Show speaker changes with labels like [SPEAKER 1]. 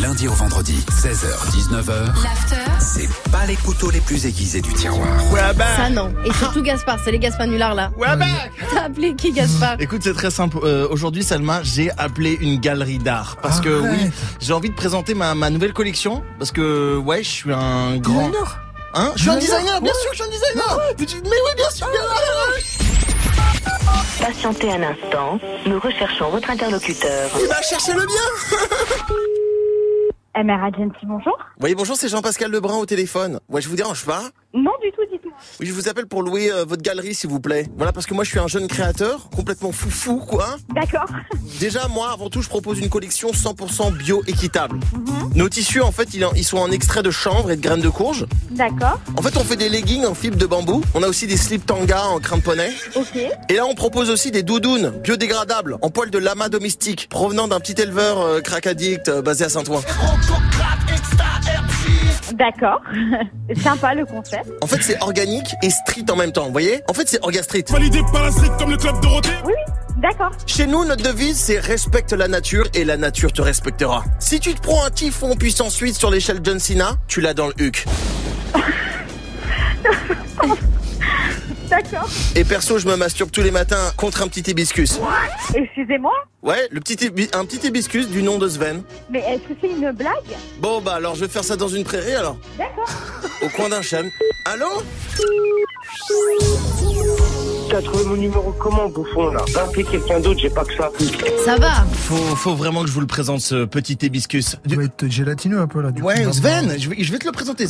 [SPEAKER 1] lundi au vendredi, 16h-19h,
[SPEAKER 2] L'after.
[SPEAKER 1] c'est pas les couteaux les plus aiguisés du tiroir.
[SPEAKER 3] Ouais, bah.
[SPEAKER 4] Ça non. Et surtout Gaspard, c'est les Gaspanulars là.
[SPEAKER 3] Ouais, bah.
[SPEAKER 4] T'as appelé qui Gaspard
[SPEAKER 3] Écoute, c'est très simple. Euh, Aujourd'hui, Salma, j'ai appelé une galerie d'art parce que
[SPEAKER 5] Arrête.
[SPEAKER 3] oui, j'ai envie de présenter ma, ma nouvelle collection parce que ouais, je suis un grand. Hein je suis un designer, bien sûr, je suis un designer. Mais tu- mais oui, bien sûr. bien sûr.
[SPEAKER 6] Patientez un instant, nous recherchons votre interlocuteur.
[SPEAKER 3] Il va chercher le Eh ben, bien.
[SPEAKER 7] MR Agency, bonjour.
[SPEAKER 3] Oui, bonjour, c'est Jean-Pascal Lebrun au téléphone. Ouais, je vous dérange pas
[SPEAKER 7] Non, du tout, dites-moi.
[SPEAKER 3] Oui, je vous appelle pour louer euh, votre galerie, s'il vous plaît. Voilà, parce que moi, je suis un jeune créateur, complètement foufou, quoi.
[SPEAKER 7] D'accord.
[SPEAKER 3] Déjà, moi, avant tout, je propose une collection 100% bio-équitable. Nos tissus, en fait, ils en- ils sont en extrait de chanvre et de graines de courge.
[SPEAKER 7] D'accord.
[SPEAKER 3] En fait, on fait des leggings en fibre de bambou. On a aussi des slips tanga en crin de poney.
[SPEAKER 7] Ok.
[SPEAKER 3] Et là, on propose aussi des doudounes biodégradables en poil de lama domestique provenant d'un petit éleveur euh, crack addict euh, basé à Saint-Ouen.
[SPEAKER 7] D'accord. Sympa le concept.
[SPEAKER 3] En fait, c'est organique et street en même temps. Vous voyez En fait, c'est orga street.
[SPEAKER 5] Validé par la street comme le club Dorothée.
[SPEAKER 7] Oui, oui. D'accord.
[SPEAKER 3] Chez nous, notre devise, c'est respecte la nature et la nature te respectera. Si tu te prends un typhon puissance 8 sur l'échelle John Cena, tu l'as dans le huc.
[SPEAKER 7] D'accord.
[SPEAKER 3] Et perso, je me masturbe tous les matins contre un petit hibiscus.
[SPEAKER 7] Excusez-moi,
[SPEAKER 3] Ouais, le petit hibi- un petit hibiscus du nom de Sven.
[SPEAKER 7] mais est-ce que c'est une blague
[SPEAKER 3] Bon bah alors je vais faire ça dans une prairie alors.
[SPEAKER 7] D'accord.
[SPEAKER 3] Au coin d'un chêne. Allô
[SPEAKER 8] T'as trouvé mon numéro comment, bouffon, là Va appeler quelqu'un d'autre, j'ai pas que ça.
[SPEAKER 4] Ça va.
[SPEAKER 3] faut, faut vraiment que je vous le présente ce petit hibiscus.
[SPEAKER 5] Tu vas être gélatineux un peu là. du coup.
[SPEAKER 3] Ouais, Sven, je vais, je vais te le présenter